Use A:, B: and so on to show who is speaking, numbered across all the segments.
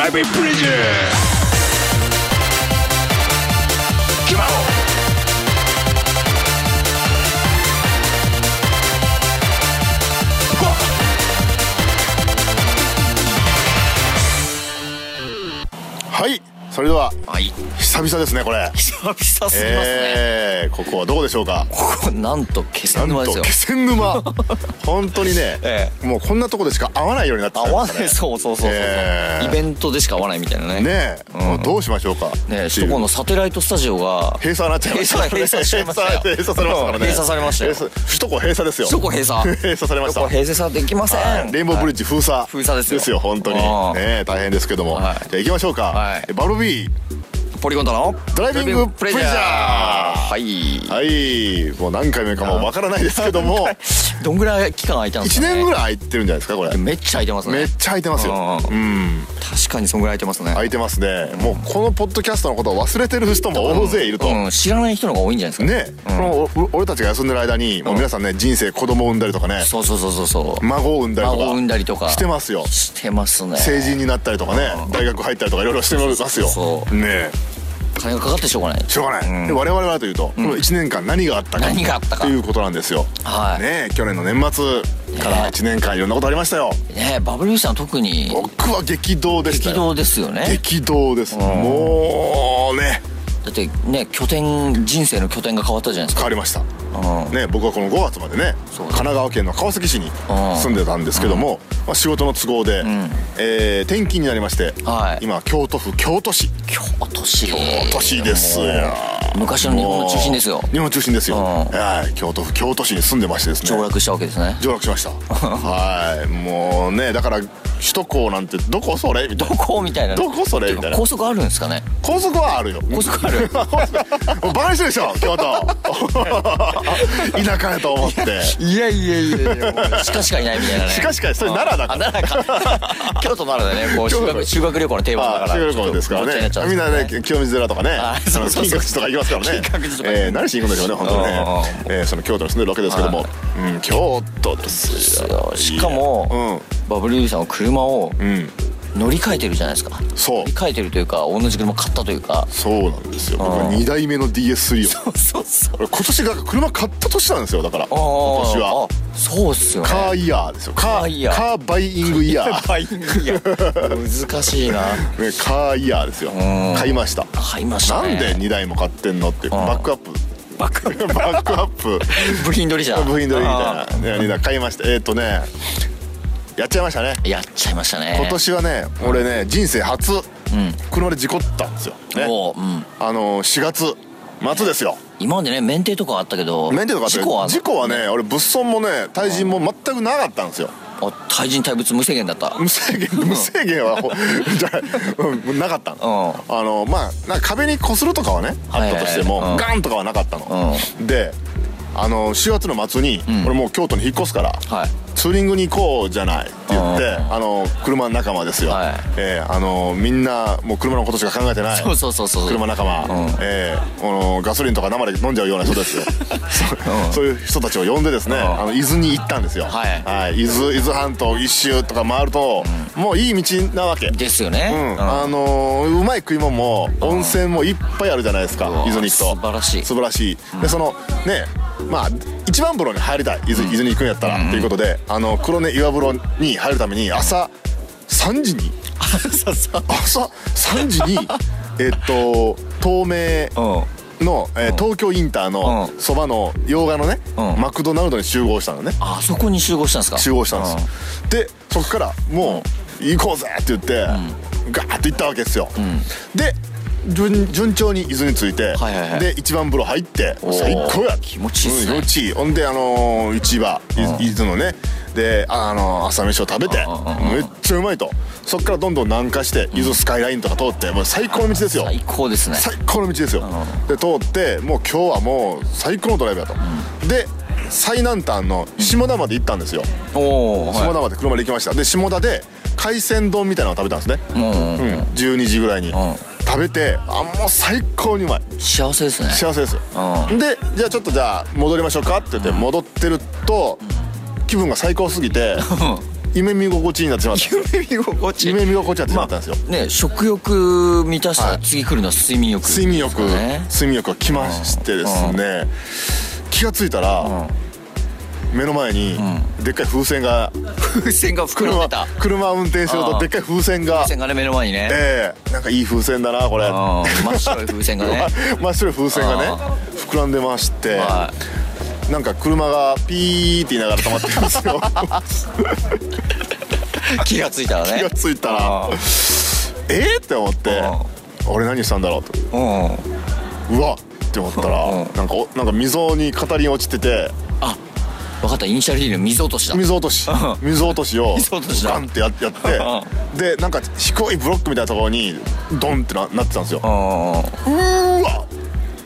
A: heavy bridges. Come on. Whoa.
B: はいそれでは
C: はい
B: 久々ですねこれ
C: 久々すぎますね、
B: えー、ここはどこでしょうか
C: ここなんと気仙沼ですよ
B: 気 仙沼本当にね、
C: ええ
B: もうこんなとこでしか会わないようになってきた
C: 合
B: ん
C: わ
B: です
C: ないそうそうそうそう、
B: えー
C: イベントでしか合わないみたいなねね
B: ねえ、もうどうしましょうか
C: え首都高のサテライトスタジオが
B: 閉鎖になっちゃいました
C: 閉鎖閉鎖しちゃいましたよ
B: 閉鎖されましたからね
C: 閉鎖されましたよ
B: 閉鎖首都高閉鎖ですよ
C: 首都高閉鎖
B: 閉鎖されました
C: これ閉鎖さできません、
B: はいレインボーブリッジ封鎖、
C: 封鎖ですよ
B: ですよ本当に
C: うん
B: ねえ大変ですけども、
C: はい
B: じゃあ行きましょうか、
C: はい
B: えバロビー
C: ポリゴンとの
B: ドライビングプレジャー
C: はい、
B: はいもう何回目かもうわからないですけ ども
C: どんぐらい期間空いたんです
B: 1
C: か、ね、
B: 年ぐらい空いてるんじゃないですかこれ
C: めっちゃ空いてますね
B: めっちゃ空いてますよ
C: う
B: うんん
C: 確かにそんぐらい空いてますね
B: 空いてますねもうこのポッドキャストのことを忘れてる人も大勢いると、
C: うん、知らない人の方が多いんじゃないですか
B: ね、このお俺たちが休んでる間にもう皆さんね人生子供を産んだりとかね
C: そうそうそうそうそう
B: 孫を産んだりとか
C: 孫を産んだりとか
B: してますよ
C: してますね
B: 成人になったりとかね大学入ったりとかいろいろしてますよ
C: そうそうそ
B: ねえ
C: 金がかかってしょうがない
B: しょうがない、
C: ん
B: で我々はというと、この1年間何があったか
C: 何があったか
B: ということなんですよ、
C: はい
B: ねえ去年の年末から1年間いろんなことありましたよ
C: ねバブルさん特に
B: 僕は激動でした
C: 激
B: よ
C: 動ですよね
B: 激動ですもうね
C: だってね拠点人生の拠点が変わったじゃないです
B: 変
C: か
B: わりました
C: うん
B: ね、僕はこの5月までね
C: そう
B: 神奈川県の川崎市に住んでたんですけども、まあ、仕事の都合で、えー転勤になりまして、
C: はい
B: 今京都府京都市
C: 京都市京
B: 京都市ですよ
C: 昔の日本の中心ですよ
B: もう日本の中心ですよ、
C: うん
B: はい京都府京都市に住んでましてですね
C: 上落したわけですね
B: 上洛しま したはいもうねだから首都高なんてどこそれみた
C: ど
B: いな
C: こみたいな
B: どこそれみたいな
C: 高速あるんですかね
B: 高速はあるよ
C: 高速ある
B: バカにしてるでしょ京都 田舎やと思って
C: いやいやいやいやもう鹿しかいないみたいなね
B: しかしかしそれ奈良だから
C: あ奈良か 京都奈良でねこう修学修学旅行の定番だ
B: あ
C: から
B: 修学旅行ですから
C: ちょっ
B: ね
C: とごっちゃに
B: みん
C: なっ
B: な
C: ちゃう
B: ね清水寺とかね
C: あ
B: その
C: そう
B: 金
C: そう
B: 閣寺とか行きますからね
C: 金閣寺とか
B: えー何しに行くんでしょうね本当にねえーその京都に住んでるわけですけどもうん京都ですよ
C: しかも、バブルユーさんは車を
B: うんうん
C: 乗り換えてるじゃないですか
B: そう
C: 乗り換えてるというか同じ車買ったというか
B: そうなんですよ僕は2代目の DS3 を
C: そうそう
B: 俺今年が車買った年なんですよだから今年は
C: そうっすよね
B: カーイヤーですよカ
C: カーイヤー
B: カーバイイン グイヤー
C: バイングイヤー難しいな
B: ねカーイヤーですよ買いました
C: 買いました
B: な
C: ね
B: んで2台も買ってんのっていうバックアップ
C: バック
B: バックアップ
C: 部品取りじゃん
B: 部品取りみ
C: あ
B: たいなねなんか買いましたえーっ、とねやっちゃいましたね
C: ーやっちゃいましたね
B: 今年はね俺ね人生初、
C: ん
B: 車で事故ったんですよ、ね、
C: もう、うん、
B: あのー4月末ですよ
C: 今までね免停とかあったけど
B: 免停とかあって
C: 事故は
B: 事故はね俺物損もね対人も全くなかったんですよ
C: あ対人対物無制限だった
B: 無制限無制限はほ じゃあうんなかったのあのまあなんか壁にこするとかはねあったとしても、
C: はいはいはいうん
B: ガンとかはなかったの、であの4月の末に、
C: ん
B: 俺もう京都に引っ越すから、
C: はい
B: ツーリングに行こうじゃないって言ってあの車の仲間ですよ、
C: はい
B: えーあのみんなもう車のことしか考えてない
C: そうそうそうそう
B: 車仲間、
C: うん
B: えーこのガソリンとか生で飲んじゃうような人ですよそうそういう人たちを呼んでですね、
C: ん
B: あの伊豆に行ったんですよ、
C: はい
B: 伊豆伊豆半島一周とか回ると、もういい道なわけ
C: ですよね、
B: う
C: うん
B: ん、あのーうまい食い物も温泉もいっぱいあるじゃないですか
C: うわ
B: 伊豆に行くと
C: 素晴らしい
B: 素晴らしい、でそのねまあ一番風呂に入りたい伊豆,、伊豆に行くんやったら、ということであの黒根岩風呂に入るために朝3時に
C: そうそう
B: 朝3時 にえっと東名
C: うん
B: の、えー東京インターの
C: うん
B: そばの洋画のね、
C: うん
B: マクドナルドに集合したのね
C: あそこに集合したんですか
B: 集合したんですよ、でそこからもう行こうぜって言って、ガーッと行ったわけですよ、で順順調に伊豆に着いて、
C: はいはいはい
B: で一番風呂入って
C: おー
B: 最高や
C: 気持ちいいっすね
B: うん気持ちいいほんであのー市場い伊豆のねでああのー朝飯を食べて
C: うん
B: めっちゃうまいとそっからどんどん南下して伊豆スカイラインとか通ってもう最高の道ですよ
C: 最高ですね
B: 最高の道ですよで通ってもう今日はもう最高のドライブやと、で最南端の下田まで行ったんですよ、
C: おお、
B: 下
C: は
B: 田まで車で行きましたで下田で海鮮丼みたいなのを食べたんですね、
C: い、もう、
B: うん12時ぐらいに、
C: ん
B: 食べてあもう最高にうまい
C: 幸せですね
B: 幸せですよ、
C: う
B: でじゃあちょっとじゃあ戻りましょうかって言って戻ってると気分が最高すぎて夢見心地になってしまった
C: 夢見心地
B: 夢見心地になってしまったんですよ、
C: ね食欲満たした
B: は
C: ら
B: い
C: 次来るのは睡眠欲ですか
B: 睡
C: ね、
B: 眠欲、睡眠欲が来ましてですね、気がついたら、目の前にでっかい風船が
C: 風船が膨らん
B: 車
C: でた
B: 車運転してる
C: う
B: と
C: ん
B: でっかい風船が
C: 風船がね目の前にね、
B: ええなんかいい風船だなこれ
C: うん真っ白い風船が ね
B: 真っ白い風船がね膨らんでまして、
C: は
B: なんか車がピーって言いながら止まってるんです よ
C: い気がついたらね
B: 気がついたら
C: うん
B: えーって思って俺何したんだろうと
C: うん
B: うわっって思ったら
C: うん
B: なんかおなんか溝に語り落ちてて
C: あ分かったイニシャル D の水落としだ
B: 水落とし
C: う
B: 水落としを
C: 水落としだ
B: ガンってややってでなんか低いブロックみたいなところにドンってななってたんですよ
C: う、ん
B: うわ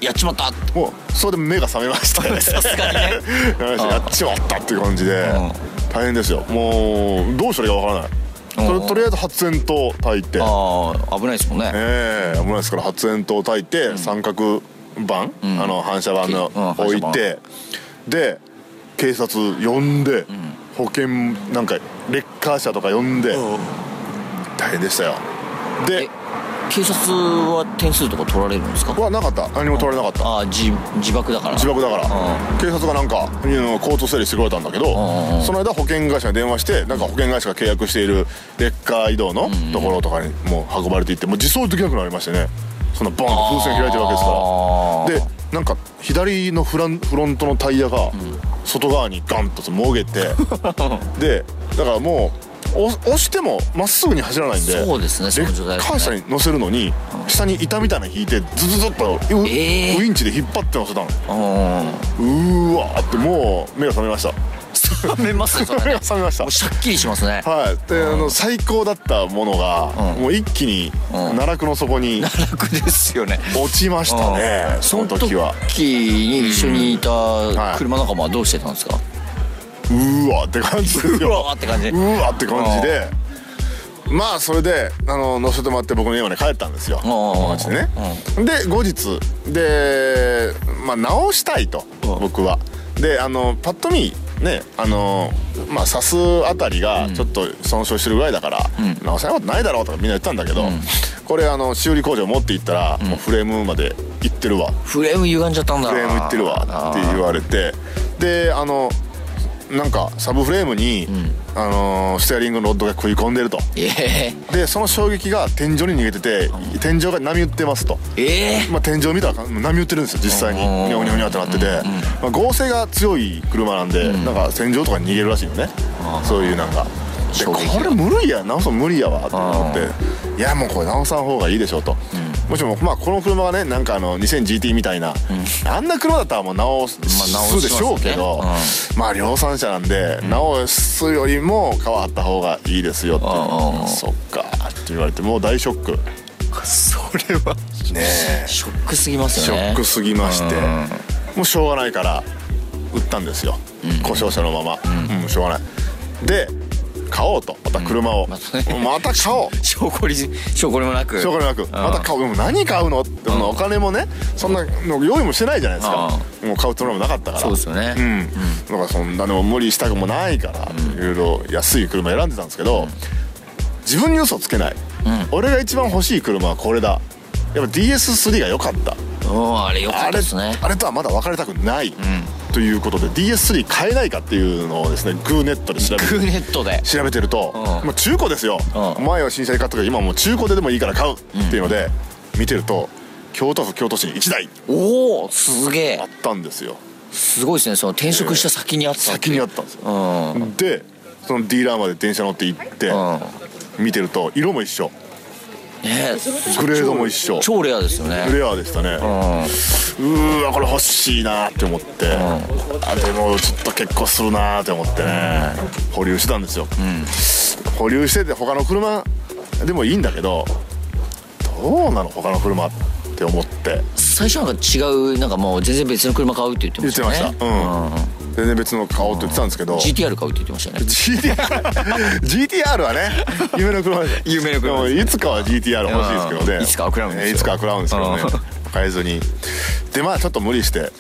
C: やっちまった
B: もうそれで目が覚めましたね
C: さすがにね
B: やりましたやっちまったっていう感じで
C: うん
B: 大変ですよもうどうしたらいいかわからな
C: う
B: い
C: ん
B: ととりあえず発煙筒焚いてね
C: ああ危ないですもんね
B: え危ないですから発煙筒焚いて三角板
C: ん
B: あの反射板の
C: うん
B: 置い
C: 反射
B: てで警察呼んで保険なんかレッカー車とか呼んで大変でしたよ
C: え
B: で
C: 警察は点数とか取られるんですか
B: はなかった何も取られなかった
C: ああ自自爆だから
B: 自爆だから
C: う
B: 警察がなんかあの交通整理してくれたんだけど
C: んうん
B: その間保険会社に電話してなんか保険会社が契約しているレッカー移動のところとかにもう運ばれていってもう自走できなくなりましてねそんなバーンと風船開いてるわけ
C: あー
B: ですからでなんか左のフランフロントのタイヤが外側にガンとも げてでだからもう押押してもまっすぐに走らないんで
C: そうですねそ
B: レ
C: の状
B: ッ
C: 態ですね
B: カー車に乗せるのに下に板みたいなの引いてズズズッとウ,、
C: えー
B: インチで引っ張って乗せたの。
C: う
B: うーわーってもう目が覚めました
C: ん冷めますねそれ
B: 目
C: ね
B: が覚めまし
C: もうしゃっきりしますね
B: たはいであの最高だったものが
C: うん
B: もう一気に
C: うん
B: 奈落の底に
C: 楽ですよね
B: 落ちましたね
C: うん
B: その時は
C: その時に一緒にいた
B: い
C: 車仲間はどうしてたんですか
B: うーわーって感じです
C: う
B: よ
C: わーって感じ
B: うーわーって感じでまあそれであの乗せてもらって僕の家まで帰ったんですよ
C: んうんうん
B: 友達でねで後日でまあ直したいと
C: うん
B: 僕はであのパッと見ねあのまあ刺すあたりがちょっと損傷してるぐらいだから、
C: ん
B: 直せないことないだろうとかみんな言ってたんだけど、これあの修理工場持って行ったら、もうフレームまで行ってるわ
C: フレーム歪んじゃったんだ
B: フレーム行ってるわって言われてであのなんかサブフレームに、あのステアリングのロッドが食い込んでると
C: ええ
B: でその衝撃が天井に逃げてて天井が波打ってますと。
C: ええ
B: まあ、天井見たら波打ってるんですよ実際に
C: うん
B: ニョニョニョってなってて、まあ、合成が強い車なんで、なんか天井とかに逃げるらしいのねそういうなんかで
C: 衝
B: こ
C: 撃
B: れ無理や直すの無理やわって思っていやもうこれ直さん方がいいでしょうと、もちろん、まあ、この車がねなんかあの 2000GT みたいな、あんな車だったらもう直す,、
C: まあ直しますね
B: でしょうけど、まあ量産車なんで、直すよりも変わった方がいいですよって
C: うんうん
B: そっかって言われてもう大ショック
C: それは
B: ねえ
C: ショックすぎます
B: シ
C: よ
B: ョ
C: ね
B: ックすぎまして
C: うん
B: もうしょうがないから売ったんですよ、故障車のままうん、しょうがないで買おうとまた車を、
C: またね
B: また 買おう
C: 証拠り証拠りもなく
B: しょうがなくまた買うでも何買うのってお金もねそんなの用意もしてないじゃないですかもう買うつもりもなかったから
C: そうですよね
B: うん、だからそんなの無理したくもないから、いろいろ安い車選んでたんですけど、自分に嘘つけない、俺が一番欲しい車はこれだやっぱ DS3 が良かった
C: うんあれよか
B: あ
C: った
B: れ
C: ですね
B: あれとはまだ別れたくない、ということで DS3 買えないかっていうのをですねグーネットで調べ
C: グ
B: て
C: ーネットで
B: 調べてると、
C: ん
B: もう中古ですよ、
C: うん
B: 前は新車で買ったけど今はもう中古ででもいいから買うっていうので、見てると京都府京都市に1台
C: おおすげ
B: あ
C: え
B: ったんですよ
C: すごいですねその転職した先にあったって
B: 先
C: い
B: に
C: う
B: あったんですよ、
C: うん
B: でそのディーラーまで電車乗って行って、見てると色も一緒
C: ね
B: グレードも一緒
C: 超レアですよね
B: レアでしたね、
C: うん
B: うーわこれ欲しいなって思って、あでもちょっと結構するなって思ってね保留してたんですよ、保留してて他の車でもいいんだけどどうなの他の車って思って
C: 最初なんか違うなんかもう全然別の車買うって言ってま
B: 言っ
C: してたよ
B: ま
C: ね
B: した、うん全然別の買おうって言ってたんですけど
C: GTR 買うって言ってましたよね
B: GTR, GTR はね夢の車です
C: 夢の車です
B: でもいつかは GTR 欲しいですけど
C: うん
B: ね
C: いつかは食らうんですよ
B: いつかは食らうんですけどね買えずにでまあちょっと無理して、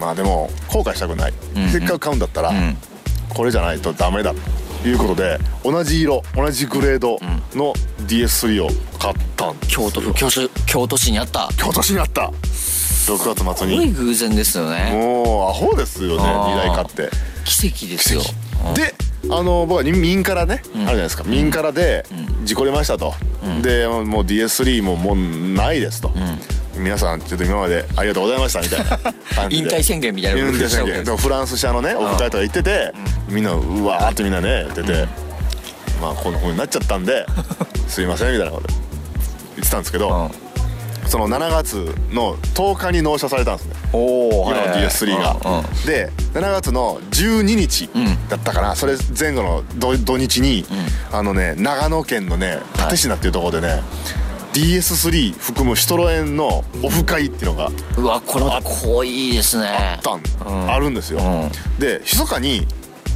B: まあでも後悔したくない、せっかく買うんだったら、これじゃないとダメだいうことで同じ色同じグレードの DS3 を買ったんです
C: 京都府京都京都市にあった
B: 京都市にあった6月末
C: すごい
B: に
C: 偶然ですよね
B: もうアホですよね
C: あー
B: 2台買って
C: 奇跡ですよ
B: であの僕は民からね、あるじゃないですか民からで事故りましたと、でもう DS3 ももうないですと、皆さんちょっと今までありがとうございましたみたいな感じ
C: 引
B: で
C: 退宣言みたいな
B: 言うん
C: こ
B: で
C: とし
B: す
C: た
B: よ
C: わけ
B: で
C: です
B: もフランス社のねお二人とか行っててみんなうわーってみんなね言っててまあこんな風になっちゃった んですいませんみたいなこと言ってたんですけどその7月の10日に納車されたんですね
C: おお
B: 今の DS3 がで7月の12日だったかなそれ前後の土土日にあのね長野県のね蓼科っていうところでね DS3 含むシトロ園のオフ会っていうのが
C: うわこれまた濃いですね
B: ったんあるんですよ、
C: う
B: で密かに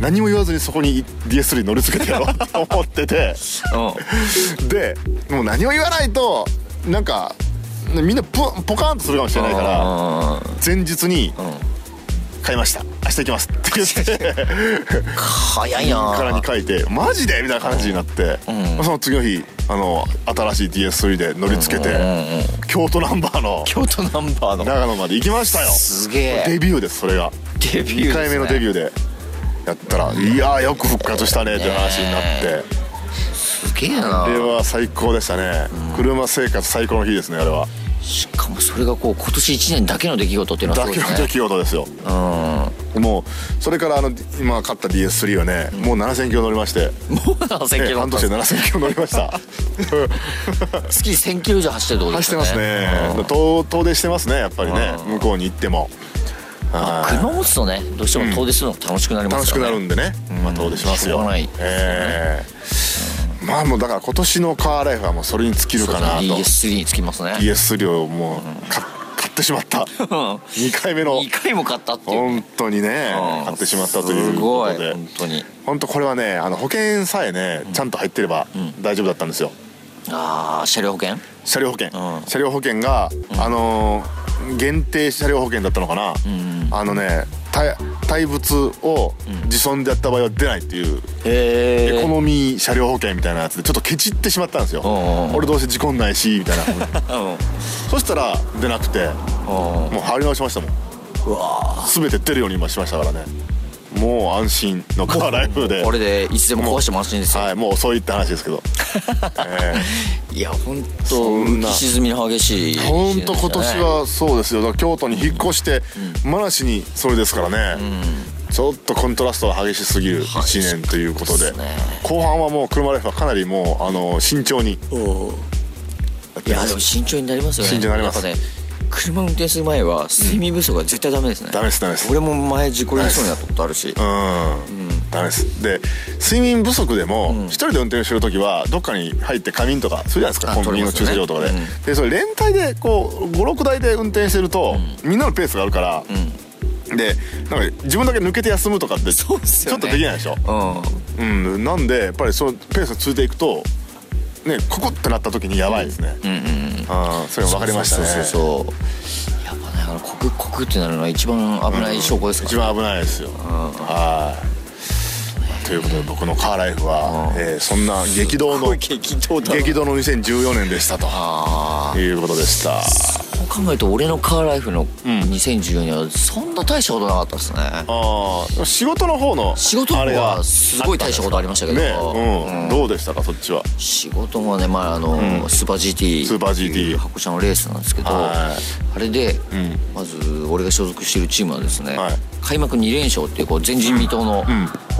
B: 何も言わずにそこに DS3 乗り付 けてやろうと思っててでもう何も言わないとなんかねみんなポポカーンとするかもしれないから
C: ら
B: 前日に「買いました明日行きます」って 言って
C: 早いな
B: からに書いて「マジで?」みたいな感じになって、
C: うん
B: その次の日あの新しい DS3 で乗り付けて、
C: うんうんうん
B: 京都ナンバーの
C: 京都ナンバーの
B: 長野まで行きましたよ
C: すげ
B: デ
C: え
B: ビューですそれが
C: デビューですね
B: 2回目のデビューでやったらいやーよく復活したねっていう話になって
C: すげえな
B: あれは最高でしたね車生活最高の日ですねあれは
C: しかもそれがこう今年1年だけの出来事っていうのは
B: だ
C: すごい
B: け
C: で
B: の
C: す
B: 出
C: ね
B: 来事ですよ
C: う
B: もうそれからあの今買った DS3 はねもう7000キロ乗りまして
C: ん もう7000キ
B: ええ
C: ロ
B: 半年で7000キロ乗りました
C: 月1000キロ以上走ってるってことで
B: 走
C: す
B: っ
C: よ
B: て
C: ね
B: ますね遠遠出してますねやっぱりね向こうに行ってもはい
C: 車持つとねどうしても遠出するのが楽しくなりま
B: 楽
C: す
B: し
C: か
B: く
C: ら、
B: な
C: ね、
B: るんでね、まあ遠出しますよ
C: しょうがない
B: ええまあもうだから今年のカーライフはもうそれに尽きるかなと
C: そうですね DS3 につきますね
B: DS 量をもうか買ってしまった
C: うん
B: 2回目の
C: 2回も買ったっていう
B: 本当にね
C: うん
B: 買ってしまったというこ
C: すご
B: と
C: い
B: で
C: 本当に
B: 本当これはねあの保険さえねちゃんと入ってれば大丈夫だったんですよ
C: ああ車両保険
B: 車両保険
C: うん
B: 車両保険があのー限定車両保険だったのかなあのねた対物を自損でやった場合は出ないっていう
C: へ
B: エコ
C: え
B: ノミー車両保険みたいなやつでちょっとケチってしまったんですよ
C: んうん
B: 俺どうせ事故んないしみたいな
C: うん
B: そしたら出なくてもう貼り直しましたもん
C: うわ
B: 全て出るように今しましたからねもう安心のカーライフで
C: ーこれでいつでも壊しても安心ですよ、
B: はいもう遅いって話です けどえ
C: いや本当
B: そんな
C: 浮き沈みの激しい
B: えほんと今年はそうですよだから京都に引っ越してマナシにそれですからねちょっとコントラストが激しすぎる1年ということで
C: そうですね
B: 後半はもう車ライフはかなりもうあの慎重に
C: おー
B: やって
C: い
B: ま
C: や
B: す
C: でも慎重になりますよね
B: 慎重になります
C: やっぱね車運転する前は睡眠不足は絶対ダメですね、
B: ダメですダメです
C: 俺も前事故りそうになったことあるし
B: うん、ダメですで睡眠不足でも一人で運転してる時はどっかに入って仮眠とかするじゃないですか
C: あ
B: コンビニの
C: 取
B: 駐車
C: り
B: 場
C: ます
B: と
C: よ
B: か
C: ね
B: で,、でそれ連帯でこう56台で運転してると、みんなのペースがあるから、でなんか自分だけ抜けて休むとかってち
C: そ
B: ょ
C: う
B: っ
C: っすよ
B: と
C: ね
B: できないでしょ、
C: うん
B: うん、なんでやっぱりそのペースが続いていくとねここってなった時にやばいですね、うんあーそれも分かりましたね
C: そうそうそうそうやっぱねあのコクコクってなるのは一番危ない証拠ですから、
B: 一番危ないですよはいということで僕のカーライフは、えーそんな激動の激
C: 激動だ
B: 動の2014年でしたと
C: あ
B: いうことでした
C: あそう考えると俺のカーライフの2014年はそんな大したことなかったですね、
B: あー仕事の方の
C: 仕事の方は
B: あれが
C: すごい大したことありましたけど
B: ねうんどうでしたかそっちは
C: 仕事もねまああの、スーパー GT
B: スーパー GT
C: っていう箱車のレースなんですけど
B: は
C: あれで、
B: ん
C: まず俺が所属しているチームはですね、
B: はい
C: 開幕2連勝っていうこう前人未到の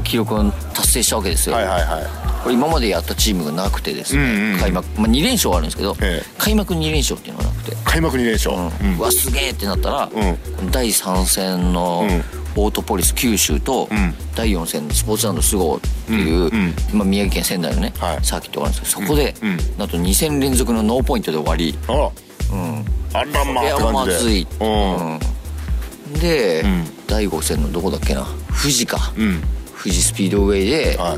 C: 記録を達成したわけですよ、
B: はいはいはい
C: これ今までやったチームがなくてですね、
B: うんうん
C: 開幕、まあ、2連勝はあるんですけど、
B: ええ
C: 開幕2連勝っていうのがなくて、
B: 開幕2連勝、
C: う
B: うん
C: わすげえってなったら、
B: うん
C: 第3戦の
B: うん
C: オートポリス九州と、
B: ん
C: 第4戦のスポーツランド菅生っていう、
B: うんうん
C: まあ、宮城県仙台のね、
B: はい
C: サーキットがあるんですけどそこで、
B: うんうん
C: なんと2戦連続のノーポイントで終わり、
B: あら
C: うん
B: あらま
C: い
B: あ
C: や
B: って
C: ま
B: 感じ
C: ず
B: で
C: い、うんで、
B: ん
C: 第5戦のどこだっけな富士か、
B: うんうん
C: 富士スピードウェイで、
B: は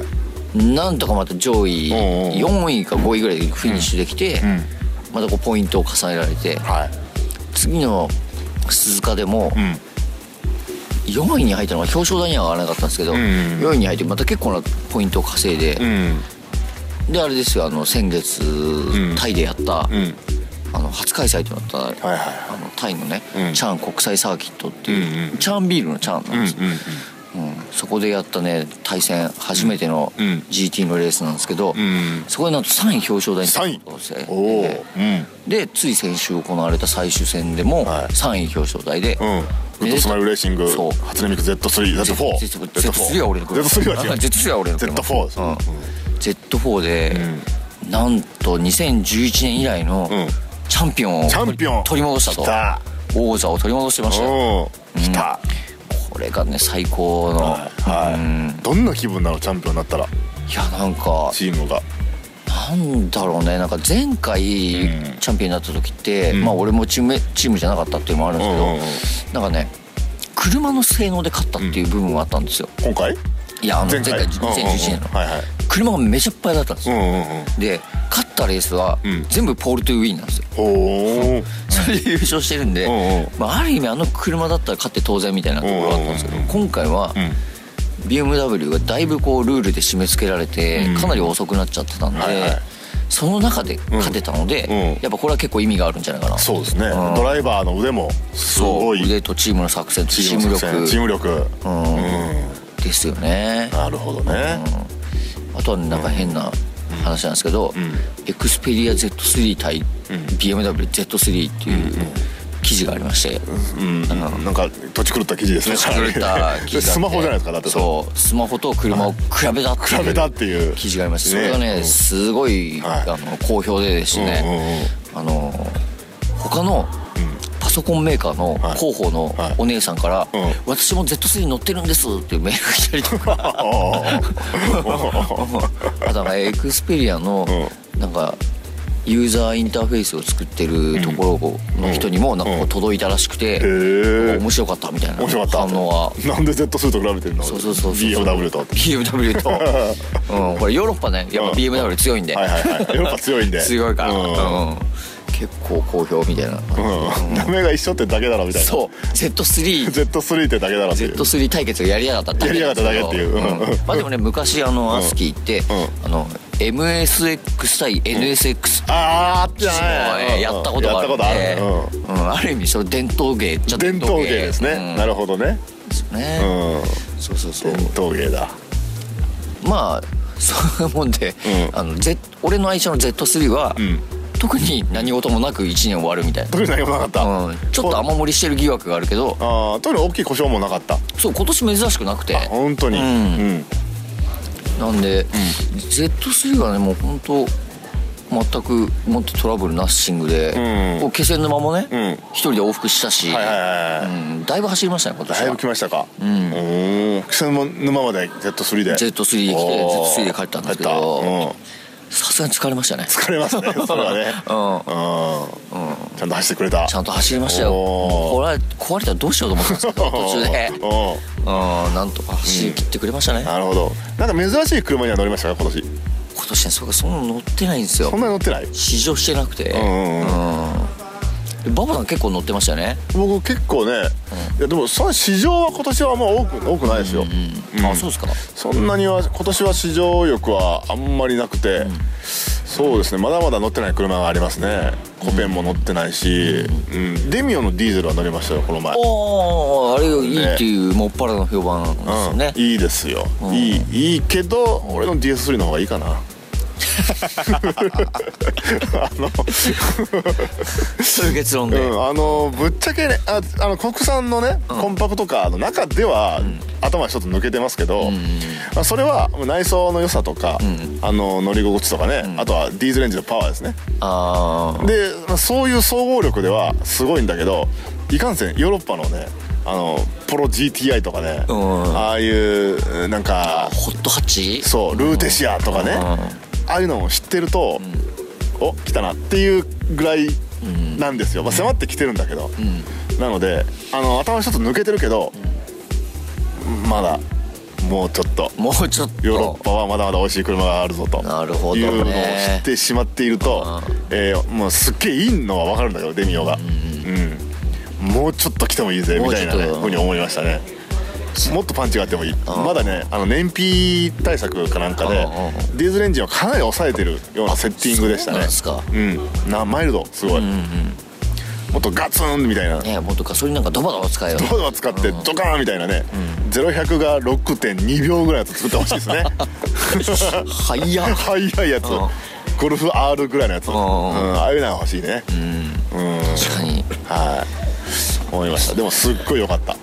B: い
C: なんとかまた上位
B: おうおう
C: 4位か5位ぐらいでフィニッシュできて、
B: ん
C: またこうポイントを重ねられて
B: はい
C: 次の鈴鹿でも
B: うん
C: 4位に入ったのは表彰台には上がらなかったんですけど、
B: ん
C: 4位に入ってまた結構なポイントを稼いで、
B: うん
C: であれですよあの先月、
B: ん
C: タイでやった、
B: うん
C: あの初開催となった、
B: はいは
C: あのタイのね、
B: うん
C: チャン国際サーキットっていう、
B: うんうん
C: チャンビールのチャンないん
B: うん
C: で
B: う
C: す、うんそこでやったね対戦初めての
B: うんうん
C: GT のレースなんですけど、
B: んうん
C: そこでなんと3位表彰台に
B: 3位
C: ったんですね
B: おおうん
C: でつい先週行われた最終戦でも
B: はい
C: 3位表彰台で、
B: うんウッドスマイルレーシング
C: そう
B: 初音ミク Z3Z4
C: Z3 は俺の車
B: Z3 は違う
C: Z3 は俺の車
B: Z4 です
C: うん Z4 で、なんと2011年以来の
B: うん
C: チャンピオンを
B: チャンピオン
C: 取り戻した
B: 来た
C: と王座を取り戻してましたよ
B: うん来た
C: これがね最高の、
B: はい
C: うん
B: どんな気分なのチャンピオンになったら
C: いやなんか
B: チームが
C: なんだろうねなんか前回チ
B: うん
C: ャンピオンになった時って、まあ俺もチームチームじゃなかったっていうのもあるん
B: うんうんうん
C: ですけど、なんかね車の性能で勝ったっていう部分はあったんですよ、
B: 今回
C: いやあの前
B: 前
C: 回
B: 回
C: 2011年の
B: うんうんうんはいはい
C: 車がめちゃいっぱいだったんです
B: うん
C: よ、
B: うんうん
C: で勝ったレースは
B: うん
C: 全部ポールトゥーウィンなんですよ、
B: ほう
C: それで優勝してるんで、
B: うんうん
C: まあ、ある意味あの車だったら勝って当然みたいなところがあったんですけど、
B: うんうん
C: 今回は
B: うん
C: BMW がだいぶこうルールで締め付けられて、
B: うん
C: かなり遅くなっちゃってたんで、
B: はいはい
C: その中で勝てたので、
B: うんうん
C: やっぱこれは結構意味があるんじゃないかな
B: そうですね
C: ん
B: ドライバーの腕もす
C: そ
B: ご
C: う
B: い
C: 腕とチームの作戦とチーム
B: の作戦チー
C: 力
B: ム力うん
C: ですよね、
B: なるほどね
C: あとはねなんか変な話なんですけど、
B: ん
C: エクスペリア Z3 対
B: ん
C: BMWZ3 っていう記事がありまして、
B: うんなんか土地狂った記事ですね
C: 隠れた記事があって
B: スマホじゃないですかだってう
C: そうスマホと車を比べたっていう
B: 比べたっていう
C: 記事がありましてそれがね
B: うん
C: すごい、
B: はい
C: あの好評でですね、あの他のパソコンメーカーの
B: はい
C: 広報の
B: はい
C: お姉さんから「
B: うん
C: 私も Z3 乗ってるんです」っていうメールが来たりとか あとなんかエクスペリアのなんかユーザーインターフェースを作ってるところの人にもなんかこう届いたらしくて
B: へえ
C: 面白かったみたいな
B: 面白かった
C: 反応は
B: なんで Z2 と比べてるの
C: そうそうそうそう
B: BMW と
C: BMW と、うん、これヨーロッパねやっぱ BMW 強いんで、
B: はいはいはいヨーロッパ強いん で
C: 強いから、
B: う
C: うんん結構好評みたいな、
B: うんダメが一緒ってだけだろみたいな
C: そう Z3Z3
B: Z3 ってだけだろっていう
C: 対決をやりやがったって
B: やりやがっただけっていうん
C: まあでもね昔あのアスキーって、
B: ん
C: あの MSX 対 NSX って
B: あーあって
C: いうのを
B: ない
C: やったことがあるんで
B: やったことある
C: うんある意味その伝統芸っちゃ
B: うん伝統芸で
C: う
B: す
C: ん
B: ねなるほどね
C: ですね
B: うん
C: そうそうそう
B: 伝統芸だ
C: まあそういうもんで、
B: うん
C: あの Z 俺の愛車の Z3 は、
B: ん
C: 特に何事もなく1年終わるみたいな、
B: 特に何もなかった
C: うん、ちょっと雨漏りしてる疑惑があるけど
B: ああ特に大きい故障もなかった
C: そう今年珍しくなくて
B: 本当に
C: う
B: うんん
C: なんで、Z3 がねもう本当全くもっとトラブルナッシングで、
B: うん
C: こう気仙沼もね、
B: うん
C: 一人で往復したし、
B: はいはいはいはい
C: うん、だいぶ走りましたね今年
B: だい
C: は
B: ぶ来ましたかうんお気仙沼まで Z3 で
C: Z3 で来て
B: お
C: Z3
B: ー
C: で帰ったんですけど
B: 帰ったうん
C: さすがに疲れましたね
B: 疲れます ねそれはねうん、ちゃんと走ってくれた
C: ちゃんと走りましたよ
B: おー
C: これは壊れたらどうしようと思ったんですけ ど途中で
B: お
C: うんなんとか走り切ってくれましたね、
B: なるほどなんか珍しい車には乗りましたか今年
C: 今年ねそれがそんなの乗ってないんですよ
B: そんなに乗ってない
C: 試乗してなくて
B: んうん
C: でババさん結構乗ってましたよね
B: 僕結構ね、いやでもその市場は今年はもう多く多くないですよ、うん
C: あそうですか
B: そんなには今年は市場欲はあんまりなくて、そうですねまだまだ乗ってない車がありますねコペンも乗ってないし、うん、デミオのディーゼルは乗りましたよこの前
C: おーあれがいいっていうもっぱらの評判なんですよね、
B: うん、いいですよ、いいいいけど俺の DS3 の方がいいかなあの
C: そういう結論
B: う
C: で、
B: ん、あのぶっちゃけねああの国産のね、コンパクトカーの中では、頭一つ抜けてますけど、まあ、それは内装の良さとか、あの乗り心地とかね、あとはディーゼルエンジンのパワーですね
C: ああ
B: で、まあ、そういう総合力ではすごいんだけどいかんせんヨーロッパのねあのポロ GTI とかね、
C: うん
B: ああいうなんか
C: ホットハッチ
B: そうルーテシアとかね、ああいうのを知ってると、お来たなっていうぐらいなんですよ、まあ、迫ってきてるんだけど、なのであの頭一つ抜けてるけど、まだもうちょっと
C: もうちょっと
B: ヨーロッパはまだまだ美味しい車があるぞと
C: なるほどね
B: いうのを知ってしまっていると、えーもうすっげえいいのは分かるんだけどデミオが、うんもうちょっと来てもいいぜみたいな、ね、
C: もうちょっと
B: ふうに思いましたねもっとパンチがあってもいいまだねあの燃費対策かなんかでディーゼルエンジンはかなり抑えてるようなセッティングでしたね
C: そうなんで
B: うんなマイルドすごい、もっとガツンみたいな
C: ねもっとガソリンなんかドバドバ使えよ
B: ドバドバ使ってドカーンみたいなね、0100が6.2秒ぐらいのやつ作ってほしいです ね
C: 早っ
B: 速いやつゴルフ R ぐらいのやつ、うん、ああいうのが欲しいね
C: 確かに
B: はい思いましたでもすっごい良かった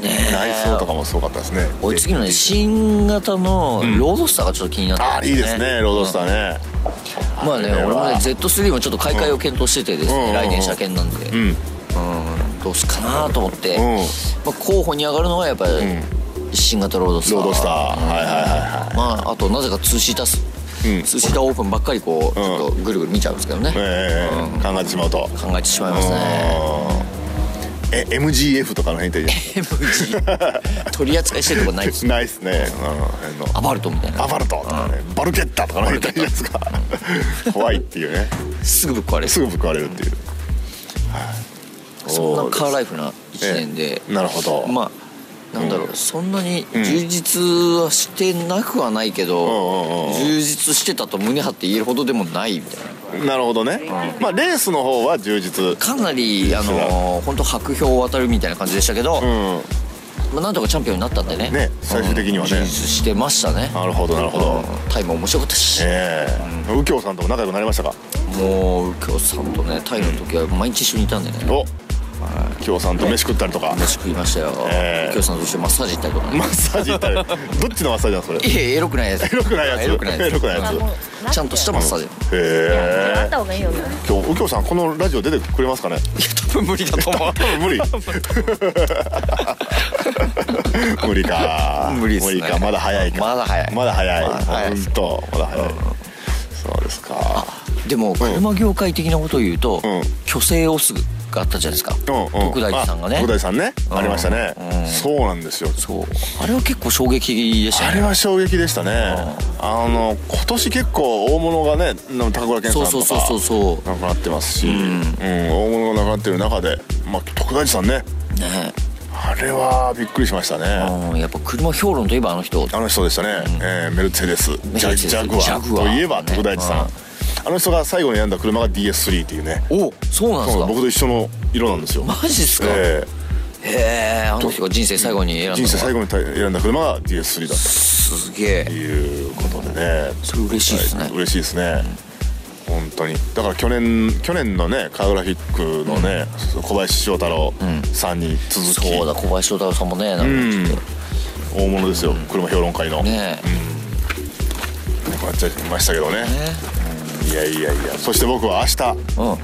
B: 内装とかもすごかったですね
C: 俺次のね新型のロードスターがちょっと気になって
B: あ
C: る
B: あいいですねロードスターね、
C: まあね
B: あれ
C: 俺
B: は
C: もね Z3 もちょっと買い替えを検討しててです
B: うんうんう
C: ね
B: ん
C: 来年車検なんでうんどうすっかなと思って
B: ん
C: まあ候補に上がるのはやっぱり新型ロードスター
B: ロードスターはいはいはいはい
C: まああとなぜかツーシータスツ
B: ん
C: ーシータオープンばっかりこうちょっとぐるぐる見ちゃうんですけどね
B: ええ考えてしまうと
C: 考えてしまいますね
B: うんえ MGF とかの辺って
C: MG 取り扱いしてるとこない です
B: ないっすねあの辺の
C: アバルトみたい
B: ア
C: な
B: バルトとかねバルケッタとかの辺っていいじゃないですか怖いっていうね
C: すぐぶっ壊れる
B: すぐぶっ壊れるっていう
C: そんなカーライフな1年で、
B: ええなるほど
C: まあなんだろう、そんなに充実はしてなくはないけ
B: うんうん
C: ど、
B: うんうん
C: 充実してたと胸張って言えるほどでもないみたいな
B: なるほどねまあレースの方は充実
C: かなりあのー、本当白氷を渡るみたいな感じでしたけど、
B: うん
C: まあ、なんとかチャンピオンになったんでね
B: ね最終的にはね
C: うん充実してましたね
B: なるほどなるほど
C: うんタイも面白かったし、
B: ええ右京さんとも仲良くなりましたか
C: もう右京さんとねタイの時は毎日一緒にいたんでね
B: お右京さんと飯食ったりとか
C: 飯食いましたよ
B: ええ
C: 右京さんと一緒にマッサージ行ったりとかね
B: マッサージ行ったりどっちのマッサージなんそれ
C: いやいやエロくないやつエ
B: ロくないやつ
C: エロくないやつ
B: エロくないやつ
D: あもうな
C: ちゃんとしたマッ サージい
B: へ
D: あ
B: え
D: った方がいいよね
B: 今日右京さんこのラジオ出てくれます かね
C: や多分無理だと思う
B: 多分 無理無理か
C: 無理っすね
B: 無理かまだ早いか
C: まだ早い
B: まだ早い
C: まだ早いっす
B: 本当まだ早いそうですか
C: でも車業界的なことを言うと
B: うん
C: 虚勢オスがあったじゃないですか徳大寺さんが
B: あ
C: ね
B: 徳大寺さんね
C: ん
B: ありましたね
C: うん
B: そうなんですよ
C: そうあれは結構衝撃的でし
B: あ
C: た
B: れ
C: ね
B: は衝撃でしたねあの今年結構大物がねなんか高倉健さ
C: そ
B: ん
C: う
B: とか
C: そうそうそうそう
B: 亡くなってますし、うん大物が亡くなってる中で、まあ、徳大寺さんね
C: ね
B: あれはびっくりしましたね
C: うんやっぱ車評論といえばあの人
B: あの人でしたね、えーメルセデス
C: メル
B: ジ
C: セ
B: ャ
C: デス
B: ジャグワ
C: ジャグワー
B: といえ
C: ね
B: ば徳大寺さん、あの人が最後に選んだ車が DS3 っていうね
C: おそうなんです
B: そう
C: か
B: 僕と一緒の色なんですよ
C: マジっすかへ
B: え
C: えあの人が人生最後に選ん
B: ー
C: だ
B: 人生最
C: 後
B: 後に選んだ車が DS3 だったっ
C: すげ
B: て
C: え
B: いうことでね
C: それ嬉しいです
B: は
C: ね
B: 嬉しいですね、本当にだから去年去年のねカーグラフィックのね、小林翔太郎さんに続き、
C: そうだ小林翔太郎さんもねなんかちょっ
B: 大物ですよ、車評論会の
C: とねえ
B: 亡くなっちゃいましたけどね
C: ね
B: いやいやいやそして僕は明日
C: うん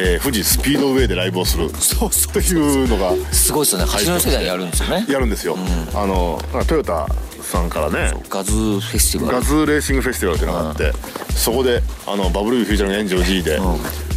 B: えー富士スピードウェイでライブをする
C: そうそう
B: というのが
C: すごいっすよね八の世代やるんですよね
B: やるんですよ、あのなんかトヨタさんからね
C: ガズフェスティバ
B: ガ
C: ル
B: ズレーシングフェスティバルっていうのがあって、そこであのバブルビーフューチャーの炎上 G で、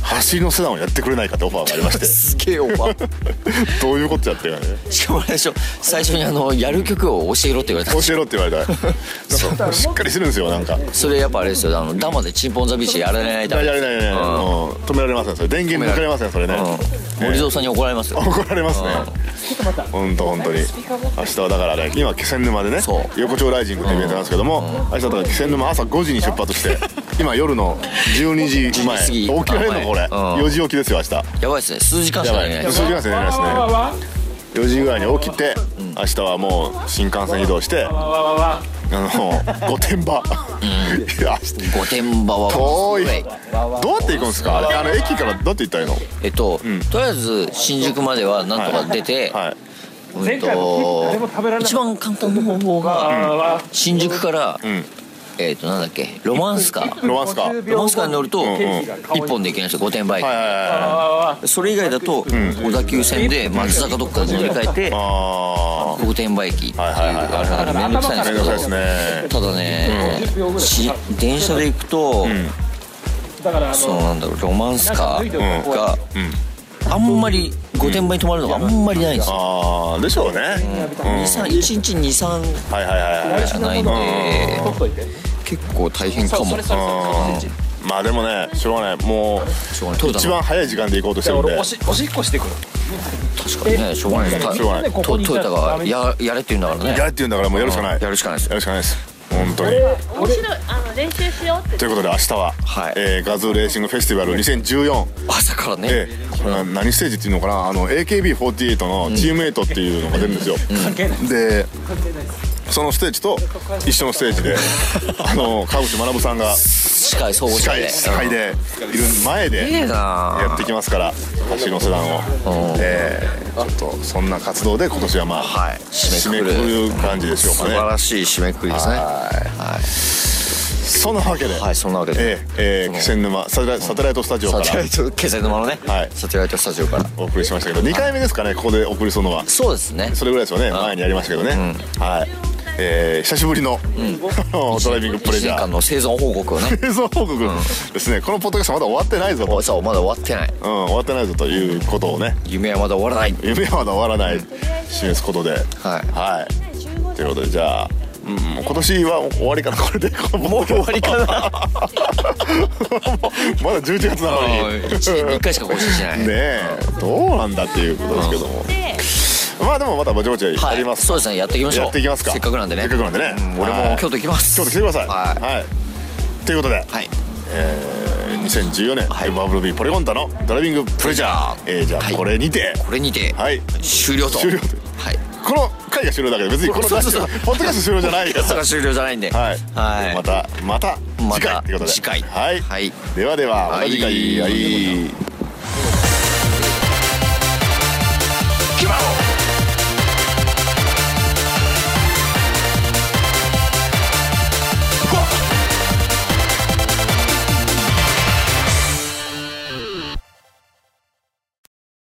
B: 走りのセダンをやってくれないかってオファーがありまして
C: すげえオファー
B: どういうことやってるかね
C: しかもあれでしょ最初にあのやる曲を教えろって言われた
B: 教えろって言われたなんかしっかりしてるんですよなんか
C: それやっぱあれですよあのダマでチンポンザビーチやられない
B: や
C: ダメ
B: れないやれない、うん止められませんそれ電源抜かれませんそれね、
C: うん森蔵さんに怒られますよ
B: 怒られますね本当本当に明日はだからね今気仙沼でね
C: そう
B: 横丁ライジングってイベントなんですけども明日だから気仙沼朝5時に出発して今夜の12時前
C: 12
B: 起
C: 時
B: きられるのこれ
C: うん
B: 4時起きですよ明日
C: やばいっすね数時間し
B: や
C: か
B: ば
C: 寝ないいです
B: 数時間ですね寝れないですね4時ぐらいに起きて明日はもう新幹線移動してあの御殿場いや
C: 御殿場は
B: 遠い
C: すご
B: どうやって行くんですかあれあの駅からどうやって行ったらいいの
C: えっと、とりあえず新宿まではなんとか出て、
B: はい
C: うんと一番簡単な方法が、新宿から、
B: ん
C: えっとなんだっけロマンスカー
B: ロマンスカーはい
E: 50
C: ロマンスカーに乗ると
B: んうん
C: 一本で行けないんですよ御殿場駅、
B: はいはいはい
C: それ以外だと小田急線で松坂どっかで乗り換えて
B: あ
C: 御殿場駅っていう
B: はいはいはい
C: あれなんか面倒くさいん
B: あ
C: で
B: めんどくさいです
C: すけど
B: ね
C: ただね、し電車で行くと、
E: だからあ
C: その
E: の
C: なんだろうロマンスカーが、あんまり御殿場に泊まるのがあんまりないんですよ、
B: あーでしょうね
C: 二三1日23
B: はいはいはいはい
C: じゃないんで、
E: 取っといて
C: 結構大変かも
B: うんまあでもねしょうがないもう
C: しょうがないトヨタの
B: 一番早い時間で行こうとして
E: じ
B: る
E: ゃあ
B: ん
E: 俺
B: で
E: おしおしっこしてくる
C: 確かにねしょうがないです
B: しょうがない
C: トトヨタがややれって言うんだからね
B: やれって言うんだからもうやるしかない
C: やるしかないです
B: や
C: よ
B: るしかないです本当に
D: 面白いあの練習しようって
B: ということで明日は、
C: はい
B: えーガズーレーシングフェスティバル2014
C: 朝からね、
B: ええこれは何ステージっていうのかなあの AKB48 のチームメイトっていうのが出るんですよ、でそのステージと一緒のステ ージであの川口学さんが
C: 司会総合
B: 司
C: 司会
B: 会
C: で
B: 司会でいる前
C: いい
B: で
C: な
B: やってきますから私のセダンを、ええちょっとそんな活動で今年はまあ、
C: はい締
B: 締
C: め
B: め
C: くくる
B: くくる感じでしょう
C: 素
B: かね
C: 晴らしい締めくくりですねは
B: そんなわけで、
C: い、はい、そんなわけで、
B: ええええ気仙沼サテライサテライトスタジオか
C: サテラ
B: ら
C: イト気仙沼のね、
B: はい
C: サテライトスタジオから
B: お送りしましたけど2回目ですかねここでお送りするのは
C: そうですね
B: それぐらいですよね前にやりましたけどね、はい、えー久しぶりの、 ドライビングプレジ
C: 1年
B: ャ
C: 間
B: ー
C: の生存報告をね
B: 映像報告ですね、このポッドキャストまだ終わってないぞと、
C: おそうまだ終わってない
B: うん、終わってないぞということをね
C: 夢はまだ終わらない
B: 夢はまだ終わらない示すことではい、はい、ということでじゃあ、うん、今年は終わりかなこれでもう終わりかな まだ11月なのに
C: 1回しか更新しない、
B: ねえどうなんだっていうことですけども、まあでもまたぼちぼち
C: は
B: や
C: い
B: ります、
C: そうですねやっていきましょう
B: やっていきますか
C: せっかくなんでね
B: せっかくなんでね
C: う俺
B: は
C: も
B: い
C: 京都行きます
B: 京都来てください
C: はい
B: はい、ということで、
C: はい
B: えー2014年、バブルビーポリゴンタのドライビングプレジャー、えーじゃあ
C: はい
B: これにて、
C: これにて、
B: はい
C: 終了と
B: 終了と
C: はい
B: この回が終了だけど別にこの
C: そう
B: 回
C: そうそう
B: ポッドキャスト終了じゃないから
C: それ が終了じゃないんでは
B: はい、
C: はい
B: またまた
C: また
B: 次回ということで
C: 次回
B: はい、
C: はい
B: ではではまた次回、
C: はい
B: はい